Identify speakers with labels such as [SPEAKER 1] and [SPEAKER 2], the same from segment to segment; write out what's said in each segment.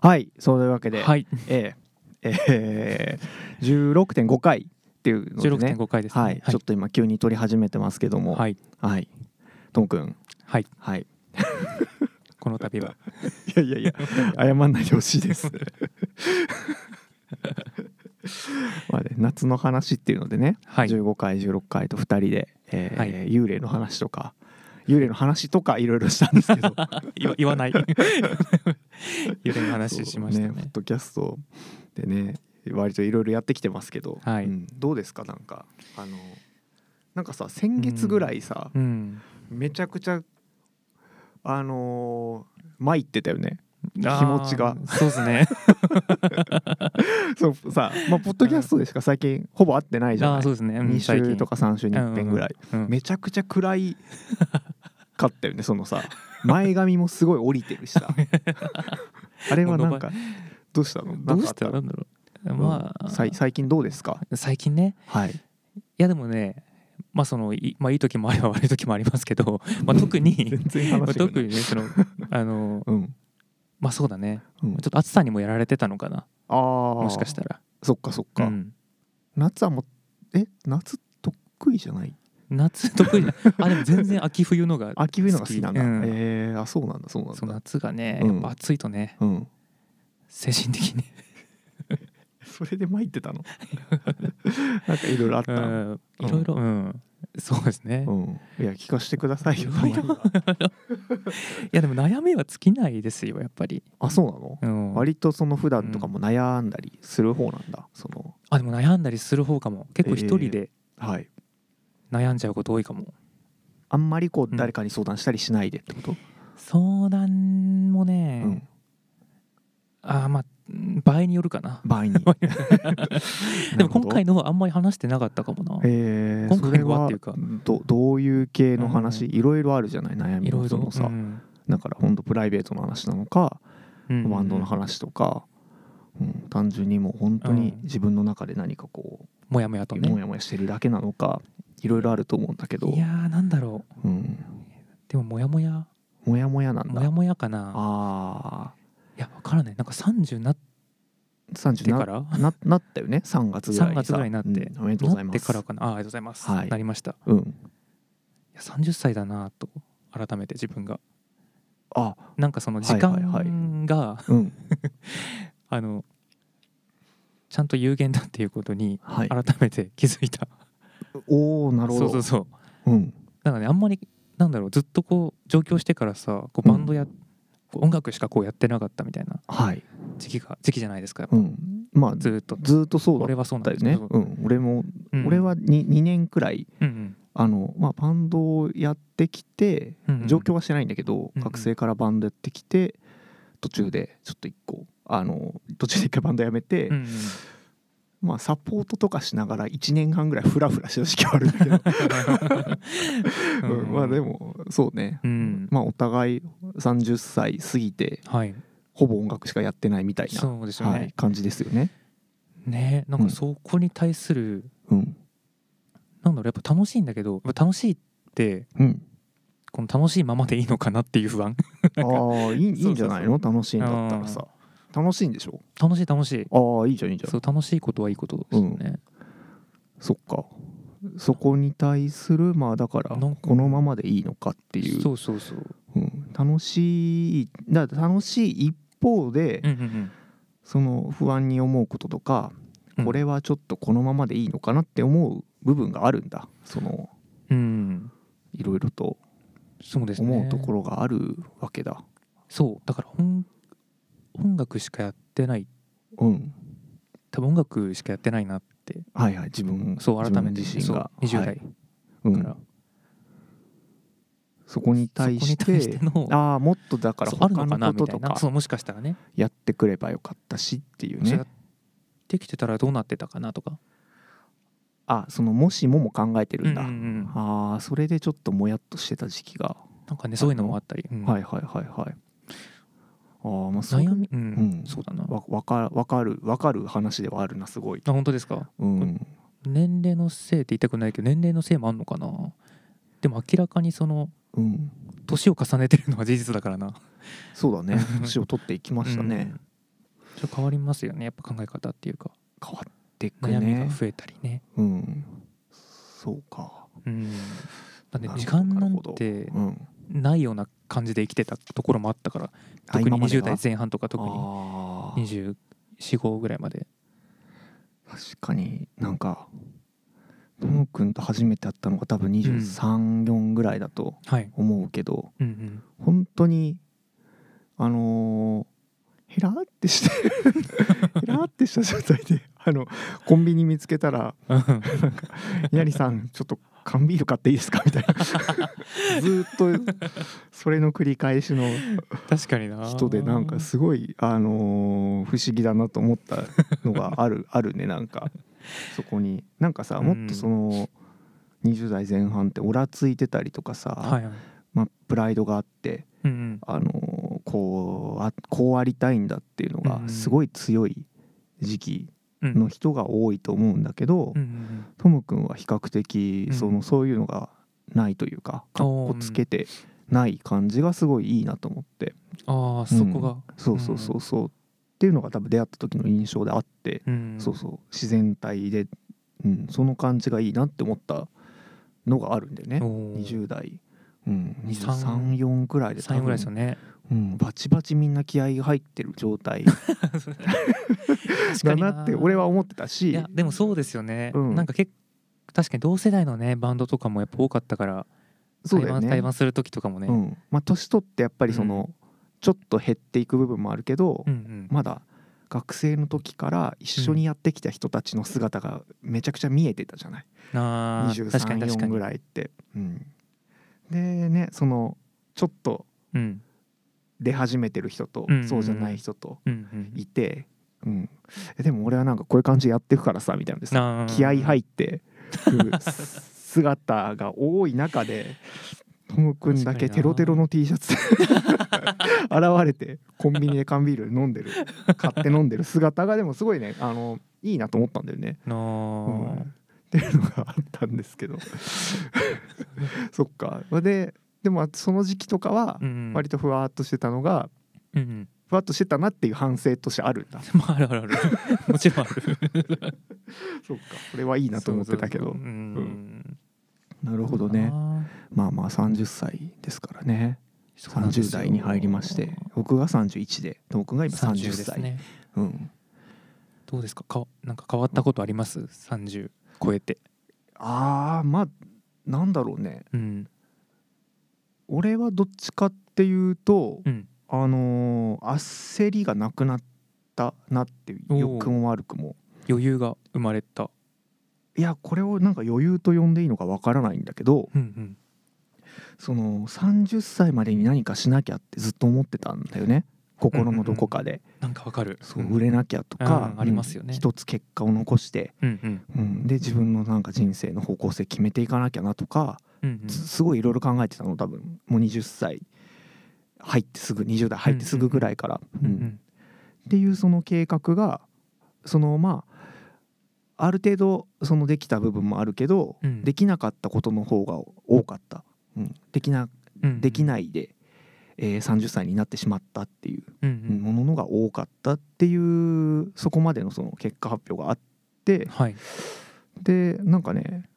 [SPEAKER 1] はいそういうわけで、
[SPEAKER 2] はい
[SPEAKER 1] ええええ16.5回っていうのでね
[SPEAKER 2] 16.5回ですね
[SPEAKER 1] はい、ちょっと今急に撮り始めてますけども
[SPEAKER 2] はい
[SPEAKER 1] はい、トム君
[SPEAKER 2] はい
[SPEAKER 1] はい
[SPEAKER 2] こ の度は
[SPEAKER 1] いやいやいや謝んないでほしいです まあね夏の話っていうのでね、
[SPEAKER 2] はい
[SPEAKER 1] 15回16回と2人で、えー
[SPEAKER 2] はい
[SPEAKER 1] 幽霊の話とか幽霊の話とかいろいろしたんですけど
[SPEAKER 2] 言わ言 わない幽霊の話しましたね
[SPEAKER 1] そうフットキャストでね割といろいろやってきてますけど、
[SPEAKER 2] はい
[SPEAKER 1] うんどうですかなんかあのなんかさ先月ぐらいさ、
[SPEAKER 2] うん
[SPEAKER 1] めちゃくちゃあのー参ってたよね
[SPEAKER 2] あー
[SPEAKER 1] 気持ちが
[SPEAKER 2] そうですね
[SPEAKER 1] そうさ、まあ、ポッドキャストでしか最近ほぼ会ってないじゃ
[SPEAKER 2] あ
[SPEAKER 1] ない
[SPEAKER 2] ーそうですね
[SPEAKER 1] 2週とか3週に1遍ぐらい、、
[SPEAKER 2] うんうん
[SPEAKER 1] めちゃくちゃ暗いかったよねそのさ前髪もすごい降りてるし さあれはなんかどうしたの
[SPEAKER 2] どうした
[SPEAKER 1] なんかあっ
[SPEAKER 2] なんだろう
[SPEAKER 1] た
[SPEAKER 2] まあ
[SPEAKER 1] うんさい最近どうですか
[SPEAKER 2] 最近ね
[SPEAKER 1] はい
[SPEAKER 2] いやでもねまあそのい,、まあ、いい時もあれば悪 い時もありますけど、まあ、特に
[SPEAKER 1] 全然
[SPEAKER 2] まあ
[SPEAKER 1] 話が
[SPEAKER 2] 特にね そのあの
[SPEAKER 1] うん、
[SPEAKER 2] まあそうだね
[SPEAKER 1] うん
[SPEAKER 2] ちょっと暑さにもやられてたのかな
[SPEAKER 1] ああ
[SPEAKER 2] もしかしたら、
[SPEAKER 1] そっかそっか、
[SPEAKER 2] うん
[SPEAKER 1] 夏はもうえ夏得意じゃない
[SPEAKER 2] 夏得意なあでも全然秋冬のが
[SPEAKER 1] 秋冬のが好きなんだ、
[SPEAKER 2] 好きうん
[SPEAKER 1] えーあそうなんだそうなん
[SPEAKER 2] そう
[SPEAKER 1] だ
[SPEAKER 2] 夏がね
[SPEAKER 1] うん
[SPEAKER 2] やっぱ暑いとね、
[SPEAKER 1] うん
[SPEAKER 2] 精神的に、
[SPEAKER 1] それで参って たのなんかいろいろあった
[SPEAKER 2] う
[SPEAKER 1] の、
[SPEAKER 2] ん、いろいろうんそうですね、い
[SPEAKER 1] うん、いや聞かせてくださいよ。たまに は
[SPEAKER 2] やでも悩みは尽きないですよやっぱり、
[SPEAKER 1] あそうなの、
[SPEAKER 2] うん、
[SPEAKER 1] 割とその普段とかも悩んだりする方なんだ。その
[SPEAKER 2] あでも悩んだりする方かも結構一人で
[SPEAKER 1] はい。
[SPEAKER 2] 悩んじゃうこと多いかも、
[SPEAKER 1] あんまりこう
[SPEAKER 2] うん
[SPEAKER 1] 誰かに相談したりしないでってこと？
[SPEAKER 2] 相談もね、
[SPEAKER 1] うん。
[SPEAKER 2] あーまあうん場合によるかな
[SPEAKER 1] 場合 に。
[SPEAKER 2] でも今回のはあんまり話してなかったかもな、
[SPEAKER 1] えー、
[SPEAKER 2] 今
[SPEAKER 1] それ
[SPEAKER 2] 回は
[SPEAKER 1] は
[SPEAKER 2] っていうか
[SPEAKER 1] どどういう系の話、
[SPEAKER 2] う
[SPEAKER 1] いろいろあるじゃない悩み
[SPEAKER 2] いろい
[SPEAKER 1] のそ
[SPEAKER 2] ろ
[SPEAKER 1] のさ、
[SPEAKER 2] うん
[SPEAKER 1] だから本当プライベートの話なのか、
[SPEAKER 2] うん
[SPEAKER 1] バンドの話とか、うん、単純にもう本当に
[SPEAKER 2] うん
[SPEAKER 1] 自分の中で何かこ
[SPEAKER 2] もやもやと
[SPEAKER 1] う、
[SPEAKER 2] ね
[SPEAKER 1] もやもやしてるだけなのかいろいろあると思うんだけど
[SPEAKER 2] いや、ーなんだろう
[SPEAKER 1] うん、
[SPEAKER 2] でもモヤモヤ
[SPEAKER 1] もやもやなん
[SPEAKER 2] モ
[SPEAKER 1] だ
[SPEAKER 2] ヤモヤかな
[SPEAKER 1] あ
[SPEAKER 2] いやわからないなんか30になっ
[SPEAKER 1] あ、三十
[SPEAKER 2] て
[SPEAKER 1] な
[SPEAKER 2] か
[SPEAKER 1] な
[SPEAKER 2] ら
[SPEAKER 1] なったよね、三月ぐらい
[SPEAKER 2] 3
[SPEAKER 1] に
[SPEAKER 2] 月
[SPEAKER 1] さ
[SPEAKER 2] ぐらいになって、
[SPEAKER 1] うんおめでとうございま
[SPEAKER 2] なって
[SPEAKER 1] す。
[SPEAKER 2] からかなあありがとうございます、
[SPEAKER 1] はい
[SPEAKER 2] なりましたい
[SPEAKER 1] うん、
[SPEAKER 2] や30歳だなと改めて自分が
[SPEAKER 1] あ、
[SPEAKER 2] なんかその時
[SPEAKER 1] はいはい
[SPEAKER 2] 間が、
[SPEAKER 1] うん、
[SPEAKER 2] あのちゃんと有限だっていうことに
[SPEAKER 1] はい。
[SPEAKER 2] 改めて気づいた、
[SPEAKER 1] おお、なるほ
[SPEAKER 2] そ
[SPEAKER 1] ど。
[SPEAKER 2] うそうそう
[SPEAKER 1] うん、
[SPEAKER 2] だからねあんまりなんだろうずっとこう上京してからさこうバンドや、こう音楽しかこうやってなかったみたいな
[SPEAKER 1] はい、
[SPEAKER 2] 時期が時期じゃないですかやっぱ
[SPEAKER 1] うん、まあ、ず
[SPEAKER 2] ずーっと
[SPEAKER 1] ずっとそうだ
[SPEAKER 2] 俺
[SPEAKER 1] っ
[SPEAKER 2] はそうな
[SPEAKER 1] た
[SPEAKER 2] んで
[SPEAKER 1] よ
[SPEAKER 2] すけ
[SPEAKER 1] ね
[SPEAKER 2] ど。
[SPEAKER 1] うん、俺も、
[SPEAKER 2] うん
[SPEAKER 1] 俺はに二年くらい、
[SPEAKER 2] うん
[SPEAKER 1] あの、まあ、バンドをやってきて。
[SPEAKER 2] うん
[SPEAKER 1] 上京はしてないんだけど、
[SPEAKER 2] うん
[SPEAKER 1] 学生からバンドやってきて、途中でちょっと一個。あの途中で一回バンドやめて、
[SPEAKER 2] うんうん
[SPEAKER 1] まあサポートとかしながら1年半ぐらいフラフラしてた時期はあるん だけど、
[SPEAKER 2] うん
[SPEAKER 1] うんまあでもそうね、
[SPEAKER 2] うん
[SPEAKER 1] まあお互い30歳過ぎて
[SPEAKER 2] はい
[SPEAKER 1] ほぼ音楽しかやってないみたいな、
[SPEAKER 2] そうですよね、
[SPEAKER 1] はい、感じですよね。
[SPEAKER 2] ねなんかそこに対する、
[SPEAKER 1] うん
[SPEAKER 2] なんだろうやっぱ楽しいんだけどやっぱ楽しいって
[SPEAKER 1] うん、
[SPEAKER 2] この楽しいままでいいのかなっていう 不
[SPEAKER 1] あ
[SPEAKER 2] 安なんか
[SPEAKER 1] あいいいいんじゃないの
[SPEAKER 2] そ
[SPEAKER 1] 楽しいんだったらさ楽しいんでしょ
[SPEAKER 2] 楽しい楽しい
[SPEAKER 1] ああいいじゃんいいじゃん
[SPEAKER 2] そ
[SPEAKER 1] そう
[SPEAKER 2] 楽しいことはいいことですよね、
[SPEAKER 1] っかそこに対するまあだから
[SPEAKER 2] なんか
[SPEAKER 1] このままでいいのかっていう
[SPEAKER 2] そうそうそう
[SPEAKER 1] うん、楽しいだから楽しい一方で、
[SPEAKER 2] うんうん
[SPEAKER 1] その不安に思うこととか、
[SPEAKER 2] うん
[SPEAKER 1] これはちょっとこのままでいいのかなって思う部分があるんだその
[SPEAKER 2] うんうん
[SPEAKER 1] いろいろと
[SPEAKER 2] そうですね
[SPEAKER 1] 思うところがあるわけだ。
[SPEAKER 2] そうだから音音楽しかやってない
[SPEAKER 1] うん、
[SPEAKER 2] 多分音楽しかやってないなって
[SPEAKER 1] はいはい自分
[SPEAKER 2] そう改めて
[SPEAKER 1] 自分自身が
[SPEAKER 2] そう20代
[SPEAKER 1] は
[SPEAKER 2] か
[SPEAKER 1] い
[SPEAKER 2] ら、
[SPEAKER 1] うん、そこに対して
[SPEAKER 2] そこに対しての
[SPEAKER 1] ああもっとだから
[SPEAKER 2] そうあ
[SPEAKER 1] 他
[SPEAKER 2] るのかな
[SPEAKER 1] のこと
[SPEAKER 2] みたい
[SPEAKER 1] と
[SPEAKER 2] な
[SPEAKER 1] か
[SPEAKER 2] そうもしかしたらね
[SPEAKER 1] やってくればよかったしっていう
[SPEAKER 2] そうやっ
[SPEAKER 1] ね
[SPEAKER 2] てきてたらどうなってたかなとか
[SPEAKER 1] あそのもしもも考えてるんだ、
[SPEAKER 2] うんうんうん
[SPEAKER 1] ああそれでちょっともやっとしてた時期が、
[SPEAKER 2] なんかねそういうのもあったり、うん
[SPEAKER 1] はいはいはいはいああまあそれ
[SPEAKER 2] 悩みうん、
[SPEAKER 1] うん
[SPEAKER 2] そうだな
[SPEAKER 1] わわかわかるわかる話ではあるなすごい。
[SPEAKER 2] あ本当ですか
[SPEAKER 1] うん、
[SPEAKER 2] 年齢のせいって言いたくないけど年齢のせいもあんのかなでも明らかにその
[SPEAKER 1] うん、
[SPEAKER 2] 年を重ねてるのは事実だからな
[SPEAKER 1] そうだね年を取っていきましたね。
[SPEAKER 2] ちょっと変わりますよねやっぱ考え方っていうか
[SPEAKER 1] 変わってく
[SPEAKER 2] 悩みが
[SPEAKER 1] ね
[SPEAKER 2] 増えたりね
[SPEAKER 1] うんそうか
[SPEAKER 2] うんな
[SPEAKER 1] な
[SPEAKER 2] んで
[SPEAKER 1] るほど
[SPEAKER 2] 時間な
[SPEAKER 1] なる
[SPEAKER 2] ん
[SPEAKER 1] ほど
[SPEAKER 2] て
[SPEAKER 1] うん
[SPEAKER 2] ないような感じで生きてたところもあったから
[SPEAKER 1] あ
[SPEAKER 2] 特
[SPEAKER 1] 今
[SPEAKER 2] に
[SPEAKER 1] まで
[SPEAKER 2] 20
[SPEAKER 1] が
[SPEAKER 2] 代前半とか特に
[SPEAKER 1] あー
[SPEAKER 2] 245ぐらいまで
[SPEAKER 1] 確かになんかともくんと初めて会ったのが多分234ぐらいだと
[SPEAKER 2] はい
[SPEAKER 1] 思うけど、
[SPEAKER 2] うんうん
[SPEAKER 1] 本当にあのー、ヘラーってして ヘラーってした状態であのコンビニ見つけた ら「やりさんちょっと缶ビール買っていいですか?」みたい なずーっとそれの繰り返しの
[SPEAKER 2] 確かにな
[SPEAKER 1] 人でなんかすごいあのー不思議だなと思ったの があるあるねなんかそこになんかさ
[SPEAKER 2] うん
[SPEAKER 1] もっとその20代前半ってオラついてたりとかさ、
[SPEAKER 2] はいはい
[SPEAKER 1] まあ、プライドがあって、
[SPEAKER 2] うんうん
[SPEAKER 1] あのーこうあこうありたいんだっていうの
[SPEAKER 2] う
[SPEAKER 1] が
[SPEAKER 2] ん
[SPEAKER 1] すごい強い時期
[SPEAKER 2] うん
[SPEAKER 1] の人が多いと思うんだけど
[SPEAKER 2] うんうん
[SPEAKER 1] ともくんは比較的
[SPEAKER 2] うん
[SPEAKER 1] そのそういうのがないというかかっこつけてない感じがすごいいいなと思って。
[SPEAKER 2] うんああそこが
[SPEAKER 1] そうそうそうそう、っていうのが多分出会った時の印象であって、
[SPEAKER 2] うん
[SPEAKER 1] そうそう自然体で、うん、その感じがいいなって思ったのがあるんだよね、
[SPEAKER 2] おー
[SPEAKER 1] 20代、うん、
[SPEAKER 2] 23
[SPEAKER 1] 234くらいで
[SPEAKER 2] 最後ぐらいですよ
[SPEAKER 1] ね、
[SPEAKER 2] ね
[SPEAKER 1] うん、バチバチみんな気合が入ってる状態
[SPEAKER 2] 確か
[SPEAKER 1] だ
[SPEAKER 2] に
[SPEAKER 1] なって俺は思ってた
[SPEAKER 2] い
[SPEAKER 1] し
[SPEAKER 2] やでもそうですよね、
[SPEAKER 1] うん
[SPEAKER 2] なんか結確かに同世代のねバンドとかもやっぱ多かったから、
[SPEAKER 1] そうだよ
[SPEAKER 2] 対バン
[SPEAKER 1] ね
[SPEAKER 2] 対バンする時とかもね、
[SPEAKER 1] う
[SPEAKER 2] うん
[SPEAKER 1] んまあ、年取ってやっぱりその、ちょっと減っていく部分もあるけど、
[SPEAKER 2] うん
[SPEAKER 1] まだ学生の時から一緒にやってきた人たちの姿がめちゃくちゃ見えてたじゃない、
[SPEAKER 2] あー確かに確か
[SPEAKER 1] 234
[SPEAKER 2] に
[SPEAKER 1] ぐらいって、うん、でねそのちょっと
[SPEAKER 2] うん
[SPEAKER 1] 出始めてる人と、
[SPEAKER 2] うんうんうん
[SPEAKER 1] そうじゃない人と
[SPEAKER 2] うんうん
[SPEAKER 1] いて、うん、えでも俺はなんかこういう感じでやってくからさみたいなさ
[SPEAKER 2] あー
[SPEAKER 1] 気合入ってく姿が多い中 でトム君だけ
[SPEAKER 2] 確かにな
[SPEAKER 1] テロテロの T シャツ 現れてコンビニで缶ビール飲んでる買って飲んでる姿がでもすごいねあのいいなと思ったんだよね。
[SPEAKER 2] のー
[SPEAKER 1] っていうのがあったんですけど そっかででもその時期とかは
[SPEAKER 2] うん
[SPEAKER 1] 割とふわーっとしてたのが、
[SPEAKER 2] うんうん
[SPEAKER 1] ふわっとしてたなっていう反省としてあるんだ
[SPEAKER 2] まああるあるあ るもちろんある
[SPEAKER 1] そっかこれはいいなと思ってたけ
[SPEAKER 2] そう
[SPEAKER 1] ど
[SPEAKER 2] そうそううん
[SPEAKER 1] なるほどねまあまあ30歳ですからね
[SPEAKER 2] そうなんですよ
[SPEAKER 1] 30代に入りまして僕が31でともくんが今
[SPEAKER 2] 30
[SPEAKER 1] 30
[SPEAKER 2] です
[SPEAKER 1] 歳
[SPEAKER 2] ね
[SPEAKER 1] うん、
[SPEAKER 2] どうですかかなんか変わったことあります30超えて
[SPEAKER 1] あーまあなんだろうね
[SPEAKER 2] うん
[SPEAKER 1] 俺はどっちかっていうと、
[SPEAKER 2] うん
[SPEAKER 1] あのー焦りがなくなったなっていう
[SPEAKER 2] おー
[SPEAKER 1] 良くも悪くも
[SPEAKER 2] 余裕が生まれた
[SPEAKER 1] いやこれをなんか余裕と呼んでいいのかわからないんだけど
[SPEAKER 2] うんうん
[SPEAKER 1] その30歳までに何かしなきゃってずっと思ってたんだよね心のどこかで、
[SPEAKER 2] なんかわかる
[SPEAKER 1] そう売れなきゃとか、
[SPEAKER 2] うんありますよね
[SPEAKER 1] うん一つ結果を残して、
[SPEAKER 2] うんうん
[SPEAKER 1] うん、で自分のなんか人生の方向性決めていかなきゃなとか、
[SPEAKER 2] うんうん
[SPEAKER 1] すすごいいろいろ考えてたの多分もう20歳入ってすぐ20代入ってすぐぐらいから。
[SPEAKER 2] うんう
[SPEAKER 1] うん
[SPEAKER 2] ん
[SPEAKER 1] っていうその計画がそのまあある程度そのできた部分もあるけど、
[SPEAKER 2] うん
[SPEAKER 1] できなかったことの方が多かった、うん、できなでき
[SPEAKER 2] い、
[SPEAKER 1] ないで、えー30歳になってしまったっていう
[SPEAKER 2] うんうん
[SPEAKER 1] もののが多かったっていうそこまでのその結果発表があって
[SPEAKER 2] はい、
[SPEAKER 1] でなんかね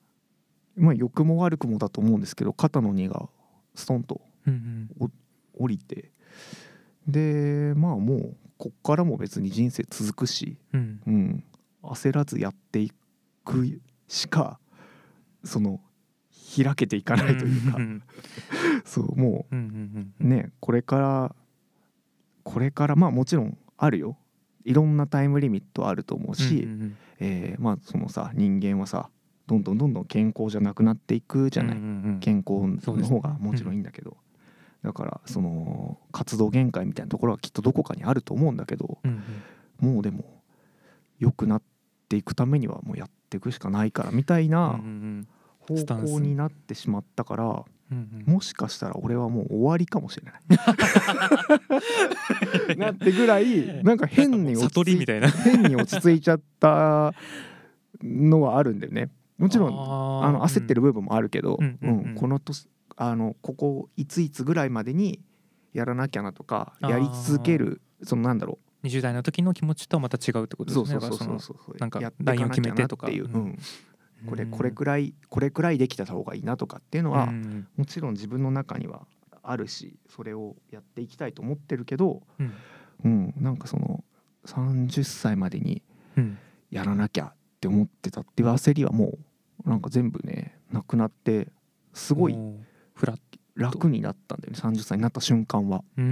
[SPEAKER 1] まあ欲も悪くもだと思うんですけど肩の荷がストンと
[SPEAKER 2] うん
[SPEAKER 1] 降りてでまあもうこっからも別に人生続くし
[SPEAKER 2] うんうん、
[SPEAKER 1] うん、焦らずやっていくしかその開けていかないというか、
[SPEAKER 2] うん
[SPEAKER 1] そうも
[SPEAKER 2] うんう
[SPEAKER 1] う
[SPEAKER 2] ん
[SPEAKER 1] ねこれからこれからまあもちろんあるよいろんなタイムリミットあると思う
[SPEAKER 2] うん
[SPEAKER 1] し、
[SPEAKER 2] うん
[SPEAKER 1] えーまあそのさ人間はさどんどんどんどん健康じゃなくなっていくじゃない、
[SPEAKER 2] うんうんうん
[SPEAKER 1] 健康
[SPEAKER 2] そうで
[SPEAKER 1] の
[SPEAKER 2] すね
[SPEAKER 1] 方がもちろんいいんだけど、だからその活動限界みたいなところはきっとどこかにあると思うんだけど、
[SPEAKER 2] うんうん
[SPEAKER 1] もうでも良くなっていくためにはもうやっていくしかないからみたい
[SPEAKER 2] うんう
[SPEAKER 1] なん方
[SPEAKER 2] スタンス
[SPEAKER 1] 向になってしまったから
[SPEAKER 2] うんうん
[SPEAKER 1] もしかしたら俺はもう終わりかもしれ ない。なってぐらいなんか変に落ち
[SPEAKER 2] 悟り
[SPEAKER 1] 着
[SPEAKER 2] み
[SPEAKER 1] い
[SPEAKER 2] たいな
[SPEAKER 1] 変に落ち着いちゃったのはあるんだよね。もちろん
[SPEAKER 2] あー
[SPEAKER 1] あの焦ってる部分もあるけど、
[SPEAKER 2] うんうんう
[SPEAKER 1] う
[SPEAKER 2] ん
[SPEAKER 1] んこの年あのここいついつぐらいまでにやらなきゃなとかやり続けるそのなんだろう
[SPEAKER 2] 20代の時の気持ちとはまた違うってことで
[SPEAKER 1] そ
[SPEAKER 2] すね
[SPEAKER 1] うそう
[SPEAKER 2] だ
[SPEAKER 1] そうそう
[SPEAKER 2] からの
[SPEAKER 1] そう
[SPEAKER 2] なんか
[SPEAKER 1] やっていなきゃな
[SPEAKER 2] ラインを決めてとか
[SPEAKER 1] っていう、
[SPEAKER 2] うん
[SPEAKER 1] うんこれ
[SPEAKER 2] うん
[SPEAKER 1] これくらいこれくらいできた方がいいなとかっていうのは、
[SPEAKER 2] うん
[SPEAKER 1] もちろん自分の中にはあるしそれをやっていきたいと思ってるけど、
[SPEAKER 2] うん
[SPEAKER 1] うん、なんかその30歳までに
[SPEAKER 2] うん
[SPEAKER 1] やらなきゃって思ってたっていう焦りはもうなんか全部ねなくなってすごい
[SPEAKER 2] おーフラッ
[SPEAKER 1] 楽になったんだよね30歳になった瞬間は、
[SPEAKER 2] うーん
[SPEAKER 1] う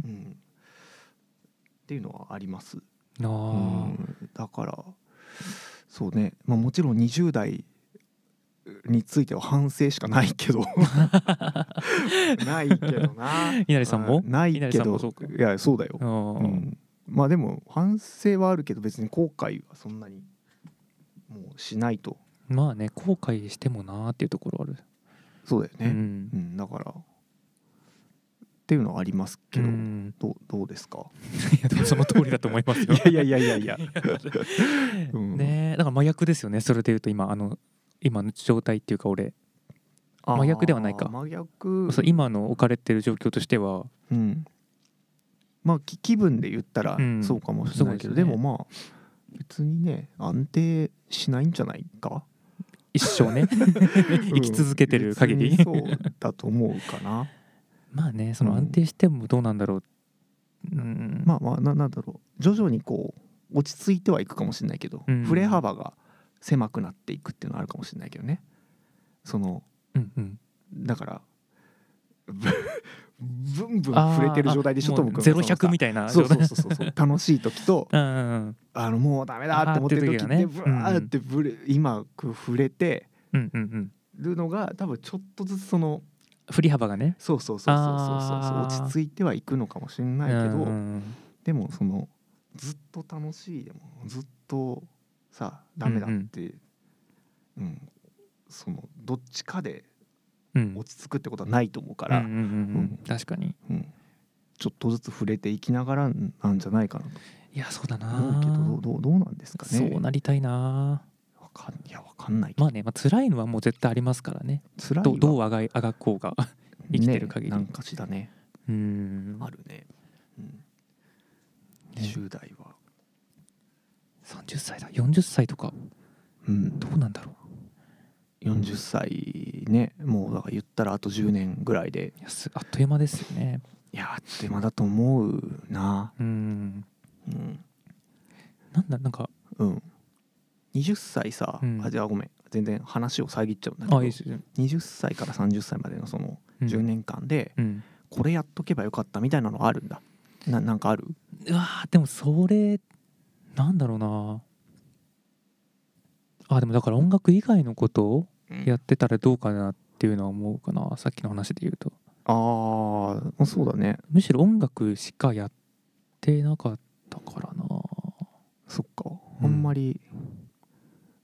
[SPEAKER 1] ん。っていうのはあります。う
[SPEAKER 2] あー
[SPEAKER 1] ん、だからそうね、まあ、もちろん20代については反省しかないけ どないけどな
[SPEAKER 2] 稲荷さんも
[SPEAKER 1] うない
[SPEAKER 2] 稲
[SPEAKER 1] け
[SPEAKER 2] 荷さん
[SPEAKER 1] ど
[SPEAKER 2] もそうか
[SPEAKER 1] いやそうだよ
[SPEAKER 2] あ、ー
[SPEAKER 1] うん、まあでも反省はあるけど別に後悔はそんなにもうしないと
[SPEAKER 2] まあね後悔してもなーっていうところある
[SPEAKER 1] そうだよ
[SPEAKER 2] う
[SPEAKER 1] ね、
[SPEAKER 2] ん
[SPEAKER 1] うんだからっていうのはありますけど、
[SPEAKER 2] うん
[SPEAKER 1] どうどうですか
[SPEAKER 2] いやでもその通りだと思いますよ
[SPEAKER 1] いやいやいやいやいや うん
[SPEAKER 2] ねえだから真逆ですよねそれでいうと今あの今の状態っていうか俺
[SPEAKER 1] あー
[SPEAKER 2] 真逆ではないか
[SPEAKER 1] 真逆
[SPEAKER 2] そう今の置かれてる状況としては
[SPEAKER 1] うん、まあき気分で言ったら
[SPEAKER 2] うん
[SPEAKER 1] そうかもしれないけど、
[SPEAKER 2] そうで
[SPEAKER 1] で
[SPEAKER 2] すね
[SPEAKER 1] もまあ別にね安定しないんじゃないか
[SPEAKER 2] 一生 ね 生き続けてる限
[SPEAKER 1] うん
[SPEAKER 2] り
[SPEAKER 1] 別にそうだと思うかな
[SPEAKER 2] まあねその安定してもどうなんだろううん
[SPEAKER 1] まあまあななんだろう徐々にこう落ち着いてはいくかもしれないけど、
[SPEAKER 2] うん
[SPEAKER 1] 振れ幅が狭くなっていくっていうのはあるかもしれないけどねその
[SPEAKER 2] うんうん
[SPEAKER 1] だからぶ ブンブン触れてる状態でしょと僕
[SPEAKER 2] ゼロ百みたいな
[SPEAKER 1] そう
[SPEAKER 2] 状
[SPEAKER 1] そう
[SPEAKER 2] 態
[SPEAKER 1] そうそうそう楽しい時と
[SPEAKER 2] うんうん
[SPEAKER 1] あのもうダメだって思ってる時
[SPEAKER 2] あ
[SPEAKER 1] って
[SPEAKER 2] ーって時
[SPEAKER 1] ブ
[SPEAKER 2] が
[SPEAKER 1] ワ
[SPEAKER 2] ね
[SPEAKER 1] ーってぶれ今こう触れて
[SPEAKER 2] うんうんうん
[SPEAKER 1] るのが多分ちょっとずつその
[SPEAKER 2] 振り幅がね
[SPEAKER 1] そうそうそうそうそうそう
[SPEAKER 2] あー
[SPEAKER 1] 落ち着いてはいくのかもしれないけど、
[SPEAKER 2] うんうん
[SPEAKER 1] でもそのずっと楽しいでもずっとさダメだって、うんそのどっちかで
[SPEAKER 2] うん
[SPEAKER 1] 落ち着くってことはないと思うから、
[SPEAKER 2] うんうんうんうん確かに
[SPEAKER 1] うんちょっとずつ触れていきながらなんじゃないかなと
[SPEAKER 2] いやそうだ
[SPEAKER 1] 思う
[SPEAKER 2] な
[SPEAKER 1] けどどうどうどうなんですかね。
[SPEAKER 2] そうなりたいな
[SPEAKER 1] わかんいやわかんないけど、
[SPEAKER 2] まあねまあ辛いのはもう絶対ありますからね
[SPEAKER 1] 辛い
[SPEAKER 2] どう
[SPEAKER 1] わ
[SPEAKER 2] どうあがいあがこうが生きてる限り
[SPEAKER 1] ね、なんかしだね
[SPEAKER 2] うん
[SPEAKER 1] あるね、うん、
[SPEAKER 2] ね
[SPEAKER 1] 10代は、
[SPEAKER 2] 30歳だ40歳とか
[SPEAKER 1] うん、
[SPEAKER 2] どうなんだろ
[SPEAKER 1] 40歳ねもうだから言ったらあと10年ぐらいで
[SPEAKER 2] ういやすあっという間ですよね
[SPEAKER 1] いやあっという間だと思うな
[SPEAKER 2] うん
[SPEAKER 1] うん、
[SPEAKER 2] なんだなんか
[SPEAKER 1] うん、20歳さ、
[SPEAKER 2] うん
[SPEAKER 1] あじゃあごめん全然話を遮っちゃうんだけど
[SPEAKER 2] あいいですよ
[SPEAKER 1] 20歳から30歳までのその
[SPEAKER 2] うん
[SPEAKER 1] 10年間で
[SPEAKER 2] うん
[SPEAKER 1] これやっとけばよかったみたいなのあるんだななんかある
[SPEAKER 2] うわーでもそれなんだろうなあでもだから音楽以外のことをやってたらどうかなっていうのは思うかなさっきの話で言うと
[SPEAKER 1] あーそうだね
[SPEAKER 2] むしろ音楽しかやってなかったからな
[SPEAKER 1] そっか
[SPEAKER 2] う
[SPEAKER 1] あ
[SPEAKER 2] ん
[SPEAKER 1] んまり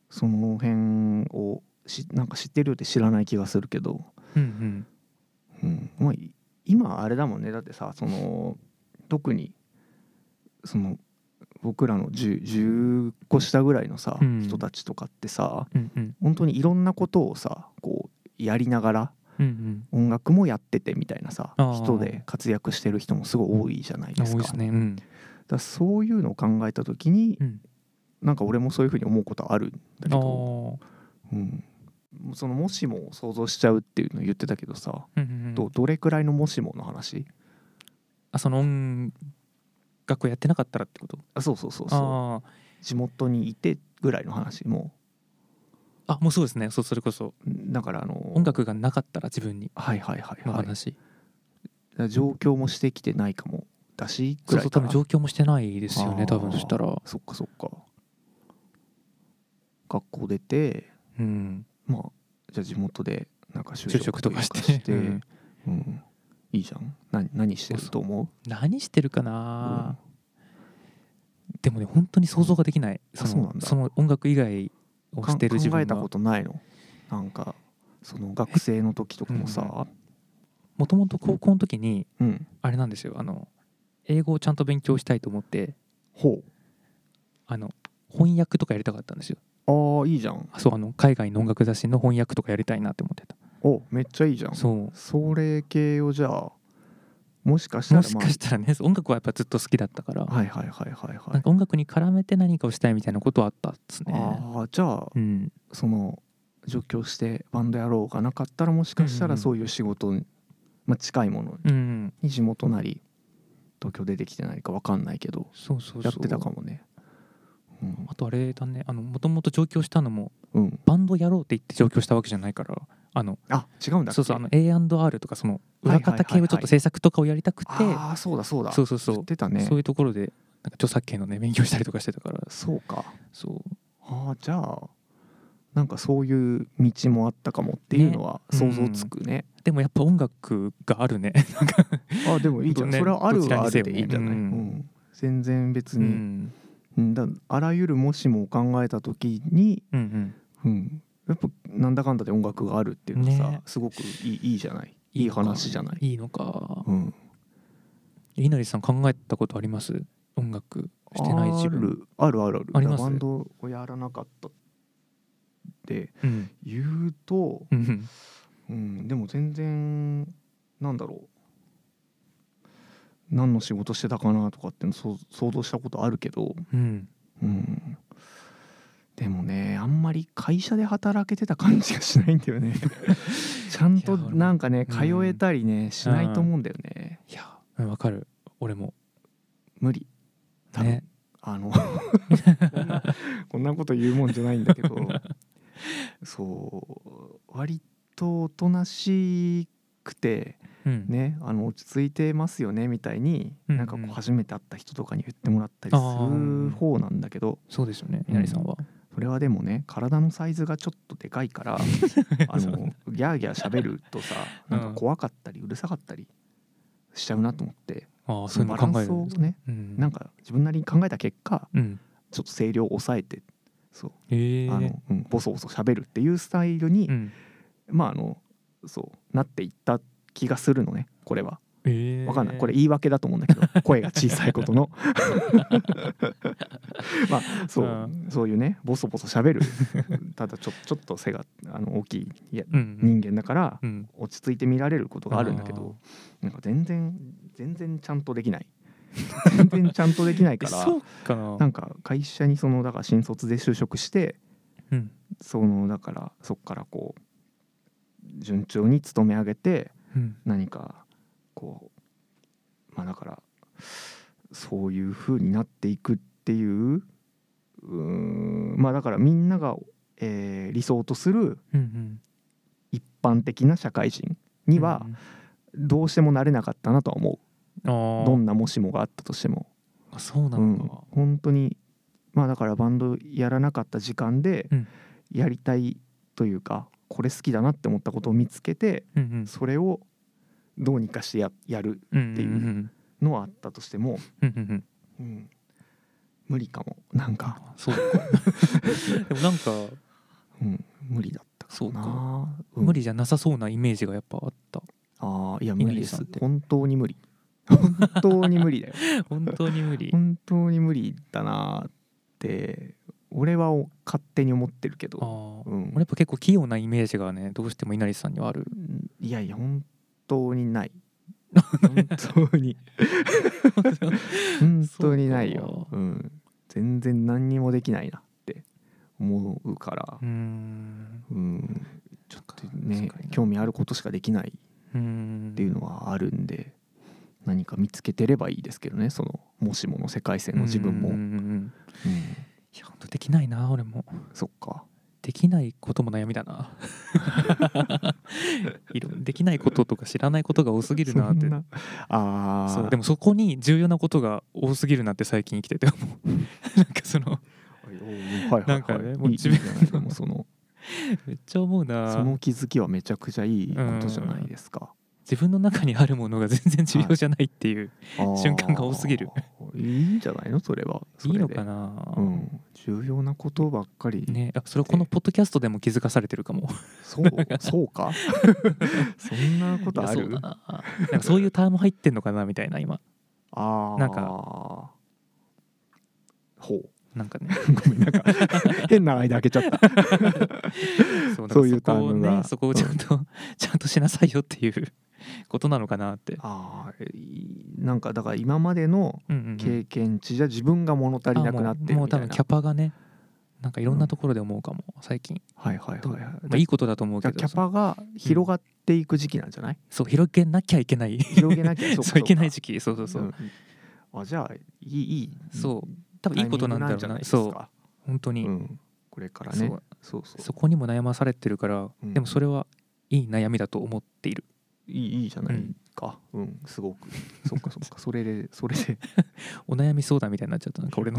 [SPEAKER 1] その辺をしなんか知ってるようで知らない気がするけど、
[SPEAKER 2] うん
[SPEAKER 1] うんまあ、い今あれだもんねだってさその特にその僕らの10 10個下ぐらいのさ、
[SPEAKER 2] うん
[SPEAKER 1] 人たちとかってさ
[SPEAKER 2] うんうんうん
[SPEAKER 1] 本当にいろんなことをさこうやりながら
[SPEAKER 2] うん
[SPEAKER 1] 音楽もやっててみたいなさ
[SPEAKER 2] あー
[SPEAKER 1] 人で活躍してる人もすごい多いじゃない
[SPEAKER 2] うん
[SPEAKER 1] で
[SPEAKER 2] あ
[SPEAKER 1] す
[SPEAKER 2] 多
[SPEAKER 1] か。
[SPEAKER 2] いですねうん
[SPEAKER 1] だからそういうのを考えた時に、
[SPEAKER 2] うん
[SPEAKER 1] なんか俺もそういうふうに思うことはあるんだけ
[SPEAKER 2] あ
[SPEAKER 1] ど、う
[SPEAKER 2] ー
[SPEAKER 1] ん、そのもしもを想像しちゃうっていうのを言ってたけどさ、
[SPEAKER 2] うんうんうん
[SPEAKER 1] どどれくらいのもしもの話
[SPEAKER 2] あその音楽やってなかったらってこと
[SPEAKER 1] あそうそうそうそ
[SPEAKER 2] あー
[SPEAKER 1] う地元にいてぐらいの話も
[SPEAKER 2] あもうそうですねそうそれこそう
[SPEAKER 1] だからあの
[SPEAKER 2] 音楽がなかったら自分に
[SPEAKER 1] はいはいはい
[SPEAKER 2] の
[SPEAKER 1] はいだか
[SPEAKER 2] 話、
[SPEAKER 1] ら状況もしてきてないかもだしぐ
[SPEAKER 2] そう
[SPEAKER 1] らい
[SPEAKER 2] そ
[SPEAKER 1] う
[SPEAKER 2] 多
[SPEAKER 1] か
[SPEAKER 2] 分
[SPEAKER 1] な
[SPEAKER 2] 状況もしてないですよ
[SPEAKER 1] あ
[SPEAKER 2] ね
[SPEAKER 1] ー
[SPEAKER 2] 多分そしたら
[SPEAKER 1] そっかそっか学校出て
[SPEAKER 2] うん
[SPEAKER 1] まあじゃあ地元でなんか就
[SPEAKER 2] 就職
[SPEAKER 1] 職と
[SPEAKER 2] と
[SPEAKER 1] か
[SPEAKER 2] か
[SPEAKER 1] し
[SPEAKER 2] してて
[SPEAKER 1] うんいいじゃん何何してると思
[SPEAKER 2] 何してるか
[SPEAKER 1] う、
[SPEAKER 2] な、でもね本当に想像ができないその
[SPEAKER 1] そうなんだ
[SPEAKER 2] の音楽以
[SPEAKER 1] う
[SPEAKER 2] 外
[SPEAKER 1] ん
[SPEAKER 2] を
[SPEAKER 1] か
[SPEAKER 2] してる自
[SPEAKER 1] 考
[SPEAKER 2] 分
[SPEAKER 1] え
[SPEAKER 2] が
[SPEAKER 1] たことないのなんかその学生の時とかもさ、
[SPEAKER 2] もともと高校の時に
[SPEAKER 1] うん、
[SPEAKER 2] あれなんですよあの英語をちゃんと勉強したいと思って
[SPEAKER 1] ほ
[SPEAKER 2] あの翻訳とかやりたかったんですよ
[SPEAKER 1] うああいいじゃん
[SPEAKER 2] あそうあの海外の音楽雑誌の翻訳とかやりたいなって思ってた
[SPEAKER 1] おめっちゃいいじゃん
[SPEAKER 2] そう
[SPEAKER 1] それ系をじゃあもしかしたら、
[SPEAKER 2] も
[SPEAKER 1] まあ、
[SPEAKER 2] しかしたらね音楽はやっぱずっと好きだったから、
[SPEAKER 1] はいはいはいはいは
[SPEAKER 2] なん
[SPEAKER 1] い
[SPEAKER 2] か音楽に絡めて何かをしたいみたいなことはあったっすね。
[SPEAKER 1] ああじゃあ
[SPEAKER 2] うん、
[SPEAKER 1] その上京してバンドやろうがなかったらもしかした
[SPEAKER 2] うん
[SPEAKER 1] ら
[SPEAKER 2] うん
[SPEAKER 1] そういう仕事に、まあ、近いもの
[SPEAKER 2] うん、
[SPEAKER 1] に地元なり東京出てきてないか分かんないけど
[SPEAKER 2] そうそうそう
[SPEAKER 1] やってたかもねうん
[SPEAKER 2] あとあれだねあのもともと上京したのも
[SPEAKER 1] うん
[SPEAKER 2] バンドやろうって言って上京したわけじゃないからあの
[SPEAKER 1] あ違うんだっけ
[SPEAKER 2] そうそうあの A&R とかその裏方系をちょっと制作とかをやりたくて、
[SPEAKER 1] あーそうだそうだ
[SPEAKER 2] そうそうそう
[SPEAKER 1] 言ってたね
[SPEAKER 2] そういうところでなんか著作権のね勉強したりとかしてたから
[SPEAKER 1] そうか
[SPEAKER 2] そう
[SPEAKER 1] ああじゃあなんかそういう道もあったかもっていうのは
[SPEAKER 2] ね
[SPEAKER 1] 想像つくね
[SPEAKER 2] でもやっぱ音楽があるねなんか、
[SPEAKER 1] あでもいいじゃん、
[SPEAKER 2] ね
[SPEAKER 1] それはある
[SPEAKER 2] どちら
[SPEAKER 1] はあ
[SPEAKER 2] にせ
[SPEAKER 1] る
[SPEAKER 2] よ
[SPEAKER 1] でいいじゃない、
[SPEAKER 2] うん
[SPEAKER 1] うん全然別
[SPEAKER 2] うん、う
[SPEAKER 1] に、
[SPEAKER 2] ん
[SPEAKER 1] うん、だあらゆるもしもを考えた時に、
[SPEAKER 2] うん
[SPEAKER 1] うん、やっぱなんだかんだで音楽があるっていうのはさ、
[SPEAKER 2] ね
[SPEAKER 1] すごくいいいいじゃないいい話じゃない。
[SPEAKER 2] いいのか
[SPEAKER 1] うん、
[SPEAKER 2] いなりさん考えたことあります音楽してない自分
[SPEAKER 1] あるあるある
[SPEAKER 2] あります
[SPEAKER 1] バンドをやらなかったって
[SPEAKER 2] うん
[SPEAKER 1] 言うと、
[SPEAKER 2] うん
[SPEAKER 1] うん、でも全然なんだろう何の仕事してたかなとかってそう想像したことあるけど、
[SPEAKER 2] うん
[SPEAKER 1] うんでもねあんまり会社で働けてた感じがしないんだ よねちゃんとなんかね
[SPEAKER 2] いや俺も
[SPEAKER 1] 通えたりねしないと思うんだよね
[SPEAKER 2] いやうんわかる俺も
[SPEAKER 1] 無理多分
[SPEAKER 2] ね
[SPEAKER 1] あの こんなこんなこと言うもんじゃないんだけ どそう割とおとなしくて
[SPEAKER 2] うん
[SPEAKER 1] ねあの落ち着いてますよねみたいに、
[SPEAKER 2] うん
[SPEAKER 1] なんかこ
[SPEAKER 2] う
[SPEAKER 1] うん初めて会った人とかに言ってもらったりする方なんだけど、
[SPEAKER 2] そうですよね
[SPEAKER 1] うん
[SPEAKER 2] いなりさんは、
[SPEAKER 1] それはでもね体のサイズがちょっとでかいから あ
[SPEAKER 2] そう
[SPEAKER 1] のギャーギャー喋るとさなんか怖かったりうるさかったりしちゃうなと思って、
[SPEAKER 2] ああそういう
[SPEAKER 1] バ
[SPEAKER 2] の
[SPEAKER 1] ラン
[SPEAKER 2] 考え
[SPEAKER 1] ス
[SPEAKER 2] る
[SPEAKER 1] をね
[SPEAKER 2] うん
[SPEAKER 1] なんか自分なりに考えた結果
[SPEAKER 2] うん
[SPEAKER 1] ちょっと声量を抑えてそう、
[SPEAKER 2] ええ
[SPEAKER 1] あのうん、ボソボソ喋るっていうスタイルに、
[SPEAKER 2] うん
[SPEAKER 1] まああのそうなっていった気がするのねこれは
[SPEAKER 2] えー
[SPEAKER 1] わかんないこれ言い訳だと思うん だけど声が小さいことのまあそう、
[SPEAKER 2] う
[SPEAKER 1] そういうねボソボソ喋るただちょちょっと背があの大きいいや
[SPEAKER 2] うんうん
[SPEAKER 1] 人間だから
[SPEAKER 2] うん
[SPEAKER 1] 落ち着いて見られることがあるんだけどなんか全然全然ちゃんとできない全然ちゃんとできない
[SPEAKER 2] え
[SPEAKER 1] から
[SPEAKER 2] そうかな
[SPEAKER 1] なんか会社にそのだから新卒で就職して
[SPEAKER 2] うん
[SPEAKER 1] そのだからそっからこう順調に勤め上げて
[SPEAKER 2] うん
[SPEAKER 1] 何かこうまあだからそういう風になっていくっていううーんまあだからみんなが、えー理想とする
[SPEAKER 2] うんうん
[SPEAKER 1] 一般的な社会人にはどうしてもなれなかったなとは思
[SPEAKER 2] うん
[SPEAKER 1] う、
[SPEAKER 2] あ
[SPEAKER 1] どんなもしもがあったとしても、
[SPEAKER 2] ああそうな
[SPEAKER 1] う
[SPEAKER 2] の
[SPEAKER 1] ん
[SPEAKER 2] か、
[SPEAKER 1] 本当にまあだからバンドやらなかった時間で
[SPEAKER 2] うん
[SPEAKER 1] やりたいというかこれ好きだなって思ったことを見つけて
[SPEAKER 2] うんうん
[SPEAKER 1] それをどうにかしてややる
[SPEAKER 2] って
[SPEAKER 1] いうんのはあったとしても、
[SPEAKER 2] うんうん
[SPEAKER 1] うん、無理かもなんか、
[SPEAKER 2] あ そうかでもなんか
[SPEAKER 1] うん、無理だったかもな
[SPEAKER 2] そう
[SPEAKER 1] うん
[SPEAKER 2] 無理じゃなさそうなイメージがやっぱあった
[SPEAKER 1] ああいや無理で
[SPEAKER 2] 稲荷さ
[SPEAKER 1] す
[SPEAKER 2] んって
[SPEAKER 1] 本当に無理本当に無 理だよ
[SPEAKER 2] 本当に無理
[SPEAKER 1] 本当に無理だなーって俺は勝手に思ってるけ
[SPEAKER 2] ああ
[SPEAKER 1] ど、
[SPEAKER 2] 俺
[SPEAKER 1] うん
[SPEAKER 2] やっぱ結構器用なイメージがねどうしても稲荷さんにはある
[SPEAKER 1] うんいやいや本当に ない本当に本当にないよ、うん、全然何にもできないなって思うから
[SPEAKER 2] うー、ん
[SPEAKER 1] うん、
[SPEAKER 2] ちょっ
[SPEAKER 1] ね興味あることしかできない
[SPEAKER 2] うん
[SPEAKER 1] っていうのはあるんで何か見つけてればいいですけどねそのもしもの世界線の自分も、
[SPEAKER 2] う
[SPEAKER 1] うん
[SPEAKER 2] うん
[SPEAKER 1] ん
[SPEAKER 2] うんいや本当できないな俺も
[SPEAKER 1] そっか
[SPEAKER 2] できないことも悩みだ ないろできないこととか知らないことが多すぎるなって
[SPEAKER 1] そんあ
[SPEAKER 2] そう
[SPEAKER 1] あ
[SPEAKER 2] でもそこに重要なことが多すぎるなって最近生きてて思 うなんかその
[SPEAKER 1] はいはいはい
[SPEAKER 2] なんかねもう
[SPEAKER 1] いい
[SPEAKER 2] 自分
[SPEAKER 1] いいじゃないでもその
[SPEAKER 2] めっちゃ思うな
[SPEAKER 1] その気づきはめちゃくちゃいいことじゃないですか、
[SPEAKER 2] 自分の中にあるものが全然重要じゃないっていう、
[SPEAKER 1] あー
[SPEAKER 2] 瞬間が多すぎる
[SPEAKER 1] いいんじゃないのそれはそ
[SPEAKER 2] い、
[SPEAKER 1] れ
[SPEAKER 2] い
[SPEAKER 1] で
[SPEAKER 2] のかな、
[SPEAKER 1] うん重要なことばっかり、
[SPEAKER 2] ねあそれこのポッドキャストでも気づかされてるかも
[SPEAKER 1] そうそう かそんなことあ
[SPEAKER 2] いやそう
[SPEAKER 1] る
[SPEAKER 2] だななんかそういうターム入ってんのかなみたいな今
[SPEAKER 1] ああ
[SPEAKER 2] なんか
[SPEAKER 1] ほう
[SPEAKER 2] なんかね
[SPEAKER 1] ごめんなんか変な間開けちゃった
[SPEAKER 2] そうなんか
[SPEAKER 1] そういう
[SPEAKER 2] そこを
[SPEAKER 1] タームが
[SPEAKER 2] ねそこをちゃんと、ちゃんとしなさいよっていうことなのかなって。
[SPEAKER 1] あーいなんかだから今までの
[SPEAKER 2] うんうんうん
[SPEAKER 1] 経験値じゃ自分が物足りなくなって
[SPEAKER 2] あ
[SPEAKER 1] る
[SPEAKER 2] もうもう
[SPEAKER 1] みたい
[SPEAKER 2] 多
[SPEAKER 1] な
[SPEAKER 2] 分キャパがねなんかいろんなところで思うかも、最近、
[SPEAKER 1] はいはいはいはい
[SPEAKER 2] まあ、いいことだと思う
[SPEAKER 1] じゃ
[SPEAKER 2] け
[SPEAKER 1] あ
[SPEAKER 2] ど
[SPEAKER 1] キャパが広がっていく時期なんじゃない、
[SPEAKER 2] そう広げなきゃいけない
[SPEAKER 1] 広げな きゃ
[SPEAKER 2] そ
[SPEAKER 1] か
[SPEAKER 2] う
[SPEAKER 1] か
[SPEAKER 2] いけない時期そうそうそう、
[SPEAKER 1] んあじゃあいいいい
[SPEAKER 2] そう多分いいことなんだろう
[SPEAKER 1] タイミングじゃ
[SPEAKER 2] な
[SPEAKER 1] いですか
[SPEAKER 2] そう本当
[SPEAKER 1] う
[SPEAKER 2] に、
[SPEAKER 1] ん、これからね
[SPEAKER 2] そう
[SPEAKER 1] そうそう
[SPEAKER 2] そこにも悩まされてるから、
[SPEAKER 1] うん
[SPEAKER 2] でもそれはいい悩みだと思っている
[SPEAKER 1] いいいいじゃな
[SPEAKER 2] う
[SPEAKER 1] い
[SPEAKER 2] ん
[SPEAKER 1] かうん、すごくそっかそっかそれでそれで
[SPEAKER 2] お悩み相談みたいになっちゃったなんか俺の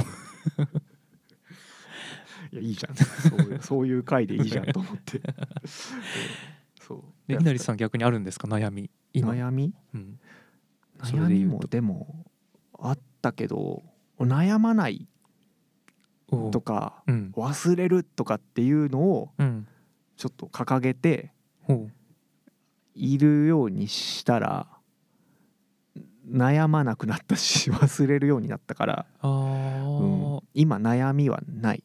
[SPEAKER 1] いやいいじゃんそういうそういう回でいいじゃんと思 って、うんそうい
[SPEAKER 2] でい
[SPEAKER 1] や
[SPEAKER 2] なりさん逆にあるんですか悩み今、
[SPEAKER 1] 悩み
[SPEAKER 2] うん、それ
[SPEAKER 1] 悩
[SPEAKER 2] で
[SPEAKER 1] み
[SPEAKER 2] 言う
[SPEAKER 1] も
[SPEAKER 2] と
[SPEAKER 1] でもあったけど悩まない
[SPEAKER 2] おう
[SPEAKER 1] とか
[SPEAKER 2] うん
[SPEAKER 1] 忘れるとかっていうのを
[SPEAKER 2] うん
[SPEAKER 1] ちょっと掲げて
[SPEAKER 2] おう
[SPEAKER 1] いるようにしたら悩まなくなったし 忘れるようになったから、
[SPEAKER 2] あ
[SPEAKER 1] う
[SPEAKER 2] ー
[SPEAKER 1] ん、今悩みはない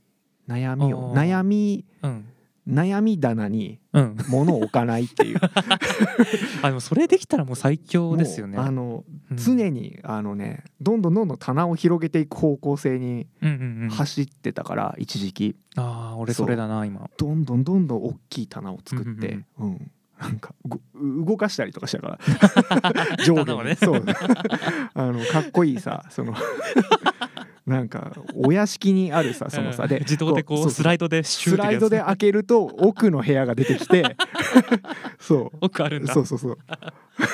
[SPEAKER 1] 悩みを
[SPEAKER 2] あー
[SPEAKER 1] 悩み
[SPEAKER 2] うん
[SPEAKER 1] 悩み棚に
[SPEAKER 2] うん、
[SPEAKER 1] 物を置かない っていう
[SPEAKER 2] あでもそれできたらもう最強ですよね。
[SPEAKER 1] もうあの
[SPEAKER 2] うん
[SPEAKER 1] 常にあのねどんどんどんどん棚を広げていく方向性に
[SPEAKER 2] うんうんうん、
[SPEAKER 1] 走ってたから、一時期
[SPEAKER 2] ああ俺それだな今
[SPEAKER 1] どんどんどんどん大きい棚を作って、
[SPEAKER 2] うん
[SPEAKER 1] うんなんかご動かしたりとかしたから 上下
[SPEAKER 2] 棚を
[SPEAKER 1] に、
[SPEAKER 2] ね
[SPEAKER 1] そう あのかっこいいさそ のなんかお屋敷にあるさそのさ
[SPEAKER 2] うん
[SPEAKER 1] で
[SPEAKER 2] 自動でこう
[SPEAKER 1] そう
[SPEAKER 2] スライドでシュ
[SPEAKER 1] ス
[SPEAKER 2] ー
[SPEAKER 1] ライドで開けると奥の部屋が出てき てそ
[SPEAKER 2] 奥あるん
[SPEAKER 1] う
[SPEAKER 2] だ
[SPEAKER 1] そうそうそう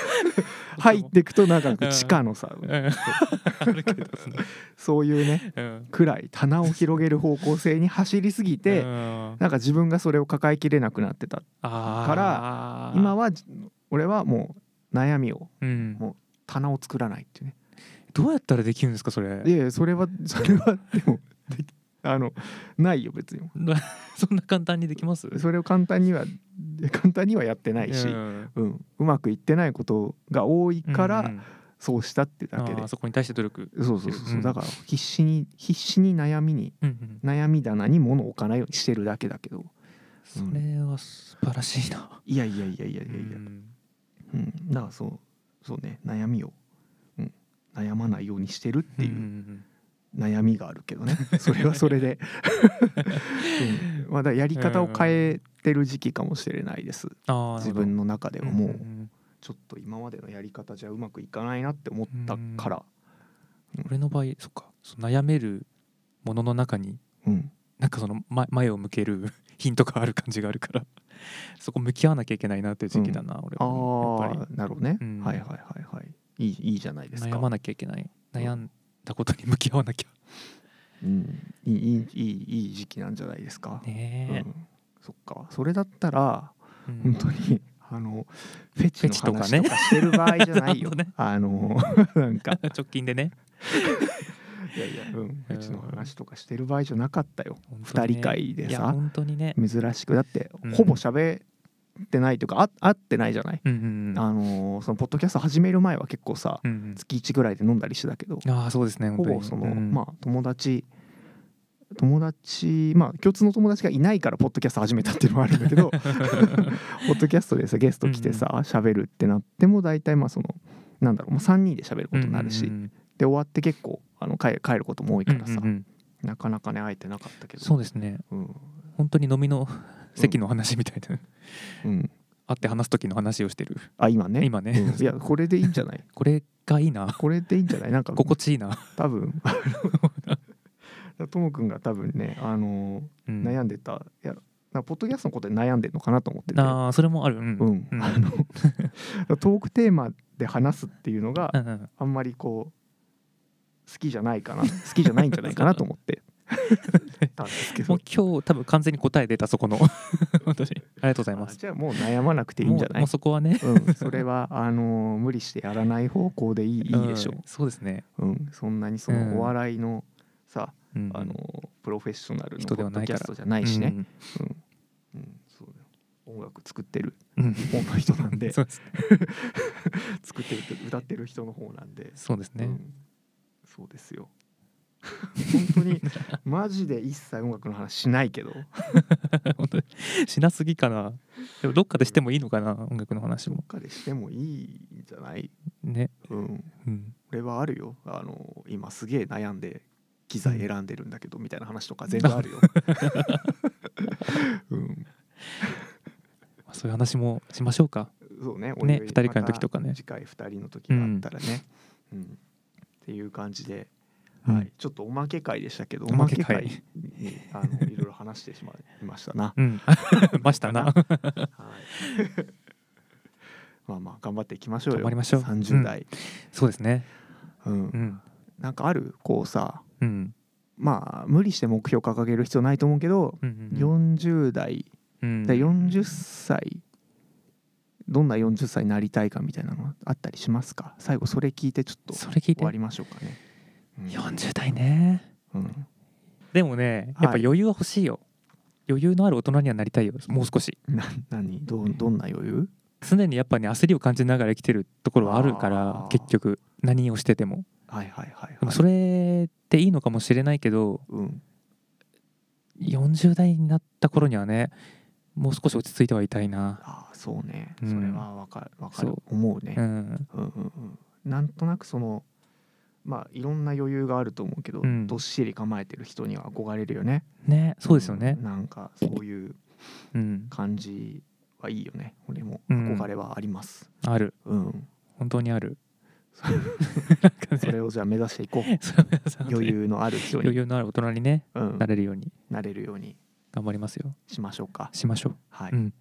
[SPEAKER 1] 入ってくとなんか地下のさ、
[SPEAKER 2] うんあるけどその
[SPEAKER 1] そういうね
[SPEAKER 2] うん
[SPEAKER 1] くらい棚を広げる方向性に走りすぎて、
[SPEAKER 2] うん
[SPEAKER 1] なんか自分がそれを抱えきれなくなってた
[SPEAKER 2] あ
[SPEAKER 1] か
[SPEAKER 2] から
[SPEAKER 1] 今はじ俺はもう悩みを
[SPEAKER 2] うん
[SPEAKER 1] も棚を作らないっていうね
[SPEAKER 2] どうやったらできるんですかそれ
[SPEAKER 1] いやいやそれはそれはでもできあのないよ別に
[SPEAKER 2] な そんな簡単にできます
[SPEAKER 1] それを簡単には簡単にはやってないし、
[SPEAKER 2] う
[SPEAKER 1] うん
[SPEAKER 2] ん
[SPEAKER 1] うまくいってないことが多いか
[SPEAKER 2] うんう
[SPEAKER 1] ら
[SPEAKER 2] ん
[SPEAKER 1] そうしたってだけで、
[SPEAKER 2] あーそこに対して努力
[SPEAKER 1] そうそうそうそう、
[SPEAKER 2] うん
[SPEAKER 1] だから必死に必死に悩みに
[SPEAKER 2] うんうん
[SPEAKER 1] 悩み棚に物を置かないようにしてるだけだけど
[SPEAKER 2] それは素晴らしいない
[SPEAKER 1] やいやいやいやいやいや、
[SPEAKER 2] うん
[SPEAKER 1] うん、だからそうそうね悩みを、うん、悩まないようにしてるっていううん悩みがあるけどね それはそれで、うん、まだやり方を変えてる時期かもしれないです
[SPEAKER 2] ああ
[SPEAKER 1] 自分の中ではも
[SPEAKER 2] う
[SPEAKER 1] うんちょっと今までのやり方じゃうまくいかないなって思ったから、
[SPEAKER 2] 俺の場合そっかその悩めるものの中に
[SPEAKER 1] うん、
[SPEAKER 2] なんかその前前を向ける ヒントがある感じがあるからそこ向き合わなきゃいけないなっていう時期だな、俺
[SPEAKER 1] あ
[SPEAKER 2] はやっぱ
[SPEAKER 1] あなるほどね、
[SPEAKER 2] うん
[SPEAKER 1] はいはいはいはいいいいいじゃないで
[SPEAKER 2] り
[SPEAKER 1] す
[SPEAKER 2] 悩
[SPEAKER 1] か
[SPEAKER 2] まなきゃいけない悩んだことに向き合わなきゃ
[SPEAKER 1] うん、いいいいいいいい時期なんじゃないですか、
[SPEAKER 2] ね
[SPEAKER 1] うん、そっかそれだったら
[SPEAKER 2] え、う
[SPEAKER 1] 本
[SPEAKER 2] ん
[SPEAKER 1] 当にあのフェチ
[SPEAKER 2] フェチ
[SPEAKER 1] の
[SPEAKER 2] とか
[SPEAKER 1] 話
[SPEAKER 2] ね
[SPEAKER 1] とかしてる場合じゃない よ、
[SPEAKER 2] なるほ
[SPEAKER 1] あの なんか
[SPEAKER 2] 直近でね
[SPEAKER 1] いやいや、うん、フェチの話とかしてる場合じゃなかったよ二人会でさ
[SPEAKER 2] いや本当にね
[SPEAKER 1] 珍しくだって
[SPEAKER 2] うん
[SPEAKER 1] ほぼ喋ってないというか、あ会ってないじゃない、
[SPEAKER 2] うんうんうん
[SPEAKER 1] あのそのポッドキャスト始める前は結構さ
[SPEAKER 2] うん
[SPEAKER 1] 月1ぐらいで飲んだりしてたけど
[SPEAKER 2] うんああそうですね
[SPEAKER 1] ほ
[SPEAKER 2] 本当に
[SPEAKER 1] ぼその、
[SPEAKER 2] うん
[SPEAKER 1] まあ友達友達まあ共通の友達がいないからポッドキャスト始めたっていうのもあるんだけどポッドキャストでさゲスト来てさ喋るってなっても大体まあそのなんだろう、まあ、3人で喋ることになるし、
[SPEAKER 2] うんうん
[SPEAKER 1] で終わって結構あの帰帰ることも多い
[SPEAKER 2] うん
[SPEAKER 1] からさ、
[SPEAKER 2] うんうん
[SPEAKER 1] なかなかね会えてなかったけど
[SPEAKER 2] そうですね
[SPEAKER 1] うん
[SPEAKER 2] 本当に飲みの席の話みたいな、
[SPEAKER 1] うん、
[SPEAKER 2] 会って話す時の話をしてる
[SPEAKER 1] あ今ね
[SPEAKER 2] 今ね、
[SPEAKER 1] うんいやこれでいいんじゃない
[SPEAKER 2] これがいいな
[SPEAKER 1] これでいいんじゃないなんか
[SPEAKER 2] 心地いいな、
[SPEAKER 1] 多分あのともくんが多分ねあの
[SPEAKER 2] うん、
[SPEAKER 1] 悩んでたいやなんかポッドキャストのことで悩んでるのかなと思ってて、
[SPEAKER 2] ああそれもあるうん、
[SPEAKER 1] うん
[SPEAKER 2] うん
[SPEAKER 1] あのトークテーマで話すっていうのが
[SPEAKER 2] うんうん
[SPEAKER 1] あんまりこう好きじゃないかな好きじゃないんじゃないかなと思って たんですけ
[SPEAKER 2] も
[SPEAKER 1] ど
[SPEAKER 2] う今日多分完全に答え出た そこの本当にありがとうございま
[SPEAKER 1] あ
[SPEAKER 2] す
[SPEAKER 1] じゃあもう悩まなくていいんじゃ
[SPEAKER 2] もう
[SPEAKER 1] な
[SPEAKER 2] も
[SPEAKER 1] いう
[SPEAKER 2] そこはね
[SPEAKER 1] うん、それはあのー無理してやらない方向でいいいいでしょ
[SPEAKER 2] んそうですね、
[SPEAKER 1] う、うん、そんなにそ
[SPEAKER 2] うん
[SPEAKER 1] のお笑いのさ、
[SPEAKER 2] うん
[SPEAKER 1] あのープロフェッショナルの
[SPEAKER 2] 人
[SPEAKER 1] ポ
[SPEAKER 2] では
[SPEAKER 1] ッ
[SPEAKER 2] な
[SPEAKER 1] ド
[SPEAKER 2] い
[SPEAKER 1] キ
[SPEAKER 2] か
[SPEAKER 1] ャ
[SPEAKER 2] ら
[SPEAKER 1] ストじゃないしね、うんそうだよ音楽作ってる
[SPEAKER 2] うんうん
[SPEAKER 1] 方の人なんで
[SPEAKER 2] そうです
[SPEAKER 1] 作ってるって歌ってる人の方なんで、
[SPEAKER 2] そうですね、
[SPEAKER 1] う んそうですよ本当 にマジで一切音楽の話しないけど
[SPEAKER 2] 本当にしなすぎかなでもどっかでしてもいいのかな音楽の話
[SPEAKER 1] ど
[SPEAKER 2] も
[SPEAKER 1] っかでしてもいいんじゃない
[SPEAKER 2] ね
[SPEAKER 1] うん
[SPEAKER 2] うん
[SPEAKER 1] 俺はあるよあの今すげえ悩んで機材選んでるんだけどみたいな話とか全然あるよ、 うん、
[SPEAKER 2] まあそういう話もしましょうか
[SPEAKER 1] そうね
[SPEAKER 2] ね二人会の時とかね
[SPEAKER 1] また次回2人の時があったらね、うんっていう感じで、は
[SPEAKER 2] う
[SPEAKER 1] い
[SPEAKER 2] ん、
[SPEAKER 1] ちょっとおまけ会でしたけど
[SPEAKER 2] おまけ会、
[SPEAKER 1] にあのいろいろ話してしまいましたな
[SPEAKER 2] うん、 まし たな。
[SPEAKER 1] はい、まあまあ頑張っていきましょうよ
[SPEAKER 2] 頑張りましょう
[SPEAKER 1] 30代、
[SPEAKER 2] そうですね。
[SPEAKER 1] うん
[SPEAKER 2] うん、
[SPEAKER 1] なんかあるこうさ
[SPEAKER 2] うん、
[SPEAKER 1] まあ無理して目標掲げる必要ないと思うけど、
[SPEAKER 2] うん、
[SPEAKER 1] 40代
[SPEAKER 2] うん、
[SPEAKER 1] で40歳どんな40歳になりたいかみたいなのあったりしますか最後それ聞いてちょっと
[SPEAKER 2] それ聞い
[SPEAKER 1] 終わり
[SPEAKER 2] て。
[SPEAKER 1] ましょうかね、うん
[SPEAKER 2] 四十代ね。
[SPEAKER 1] うん
[SPEAKER 2] でもね、
[SPEAKER 1] はい
[SPEAKER 2] やっぱ余裕は欲しいよ。余裕のある大人にはなりたいよ。もう少し。
[SPEAKER 1] な何どうどんな余裕
[SPEAKER 2] 常にやっぱね、焦りを感じながら生きてるところはあるか
[SPEAKER 1] あー
[SPEAKER 2] ら、結局何をしてても。
[SPEAKER 1] はいはいはい
[SPEAKER 2] で
[SPEAKER 1] は
[SPEAKER 2] も
[SPEAKER 1] い
[SPEAKER 2] それっていいのかもしれないけど、
[SPEAKER 1] うん
[SPEAKER 2] 四十代になった頃にはね、もう少し落ち着いてはいたいな。
[SPEAKER 1] ああそうね
[SPEAKER 2] うん
[SPEAKER 1] それはわかるわかる
[SPEAKER 2] そ
[SPEAKER 1] 思う
[SPEAKER 2] う
[SPEAKER 1] ね、
[SPEAKER 2] ん、
[SPEAKER 1] うんうんうん、なんとなくそのまあいろんな余裕があると思うけど、
[SPEAKER 2] うん
[SPEAKER 1] どっしり構えてる人には憧れるよね
[SPEAKER 2] ね、そうですよね
[SPEAKER 1] ん。なんかそういう
[SPEAKER 2] うん、
[SPEAKER 1] 感じはいいよね俺も
[SPEAKER 2] うん
[SPEAKER 1] 憧れはあります
[SPEAKER 2] ある。
[SPEAKER 1] うん
[SPEAKER 2] 本当にある。
[SPEAKER 1] それをじゃあ目指してい こう余
[SPEAKER 2] 余
[SPEAKER 1] 裕のある人
[SPEAKER 2] 余
[SPEAKER 1] に、
[SPEAKER 2] 裕のある大人にね
[SPEAKER 1] うん
[SPEAKER 2] な、れるように
[SPEAKER 1] なれるように
[SPEAKER 2] 頑張りますよ
[SPEAKER 1] しましょうか
[SPEAKER 2] しましょう
[SPEAKER 1] はい、
[SPEAKER 2] うん